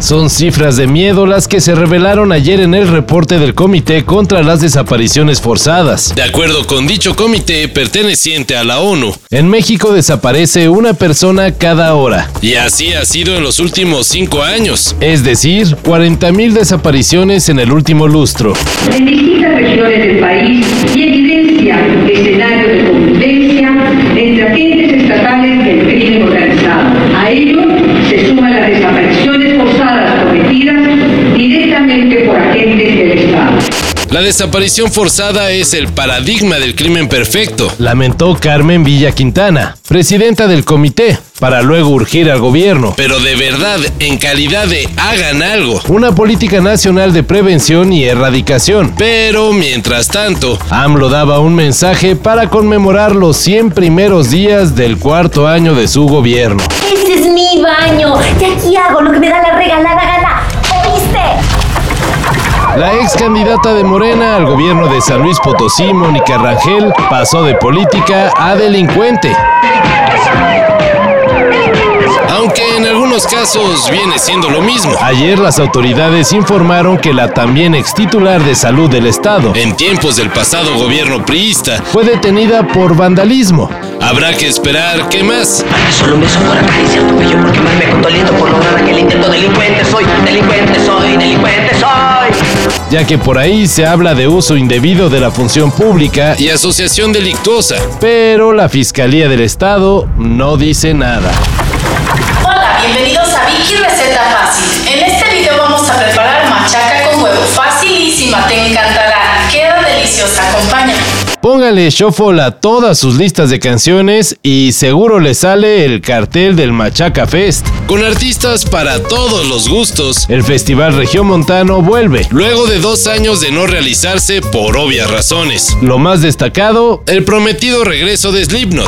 Son cifras de miedo las que se revelaron ayer en el reporte del Comité contra las Desapariciones Forzadas. De acuerdo con dicho comité perteneciente a la ONU, en México desaparece una persona cada hora. Y así ha sido en los últimos cinco años. Es decir, 40.000 desapariciones en el último lustro. En distintas regiones del país y evidencia escenarios de competencia entre agentes estatales del crimen organizado. A ello se suman las desapariciones forzadas cometidas directamente por agentes del Estado. La desaparición forzada es el paradigma del crimen perfecto, lamentó Carmen Villa Quintana, presidenta del comité, para luego urgir al gobierno. Pero de verdad, en calidad de hagan algo. Una política nacional de prevención y erradicación. Pero mientras tanto, AMLO daba un mensaje para conmemorar los 100 primeros días del cuarto año de su gobierno. Este es mi baño. Y aquí hago lo que me da la regalada gana. ¿Oíste? La ex candidata de Morena al gobierno de San Luis Potosí, Mónica Rangel, pasó de política a delincuente. Aunque en algunos casos viene siendo lo mismo. Ayer las autoridades informaron que la también ex titular de salud del estado, en tiempos del pasado gobierno priista, fue detenida por vandalismo. Habrá que esperar qué más. Solo me hizo por acariciar tu cuello porque más me contó lindo por lograr aquel intento delincuente soy, delincuente soy, delincuente soy. ya que por ahí se habla de uso indebido de la función pública y asociación delictuosa. Pero la Fiscalía del Estado no dice nada. Hola, bienvenidos a Vicky Receta Fácil. En este video vamos a preparar machaca con huevo. Facilísima, te encantará. Queda deliciosa, acompaña. Póngale shuffle a todas sus listas de canciones y seguro le sale el cartel del Machaca Fest. Con artistas para todos los gustos, el Festival Regiomontano vuelve. Luego de dos años de no realizarse por obvias razones. Lo más destacado, el prometido regreso de Slipknot.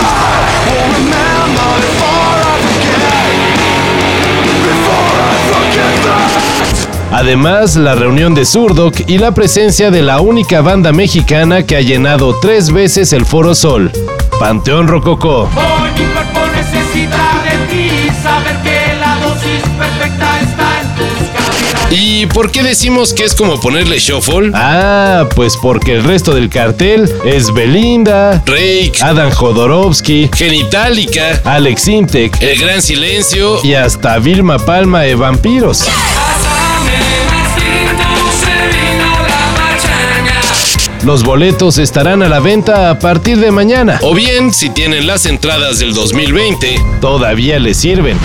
Además, la reunión de Zurdok y la presencia de la única banda mexicana que ha llenado tres veces el Foro Sol, Panteón Rococó. Hoy mi cuerpo necesita de ti, saber que la dosis perfecta está en tus caderas. ¿Y por qué decimos que es como ponerle shuffle? Ah, pues porque el resto del cartel es Belinda, Rake, Adam Jodorowsky, Genitalica, Alex Intec, El Gran Silencio y hasta Vilma Palma de Vampiros. Pásame la cinta, se vino la machaña. Los boletos estarán a la venta a partir de mañana. O bien, si tienen las entradas del 2020, todavía les sirven.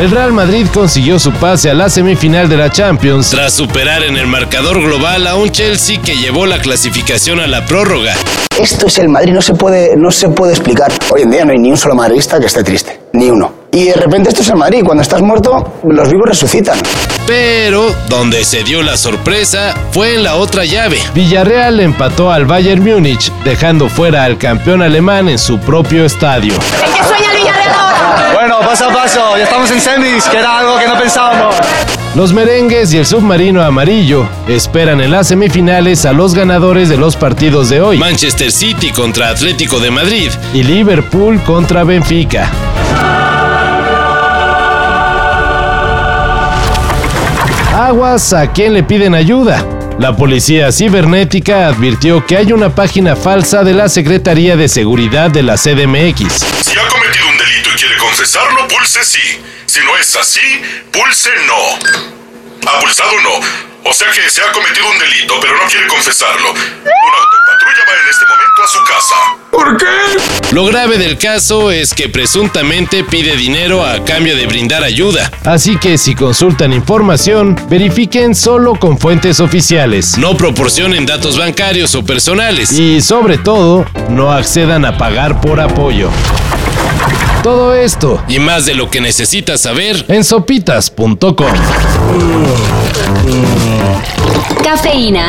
El Real Madrid consiguió su pase a la semifinal de la Champions tras superar en el marcador global a un Chelsea que llevó la clasificación a la prórroga. Esto es el Madrid, no se puede, no se puede explicar. Hoy en día no hay ni un solo madridista que esté triste, ni uno. Y de repente esto es el Madrid, cuando estás muerto, los vivos resucitan. Pero donde se dio la sorpresa fue en la otra llave. Villarreal empató al Bayern Múnich, dejando fuera al campeón alemán en su propio estadio. ¿En qué sueña el Villarreal ahora? Bueno, paso a paso, ya estamos en semis, que era algo que no pensábamos. Los merengues y el submarino amarillo esperan en las semifinales a los ganadores de los partidos de hoy. Manchester City contra Atlético de Madrid y Liverpool contra Benfica. Aguas a quien le piden ayuda. La policía cibernética advirtió que hay una página falsa de la Secretaría de Seguridad de la CDMX. Si ha cometido un delito y quiere confesarlo, pulse sí. Si no es así, pulse no. Ha pulsado no. O sea que se ha cometido un delito, pero no quiere confesarlo. Un autopatrullaje patrulla va en este momento a su casa. ¿Por qué? Lo grave del caso es que presuntamente pide dinero a cambio de brindar ayuda. Así que si consultan información, verifiquen solo con fuentes oficiales. No proporcionen datos bancarios o personales. Y sobre todo, no accedan a pagar por apoyo. Todo esto y más de lo que necesitas saber en sopitas.com. Cafeína.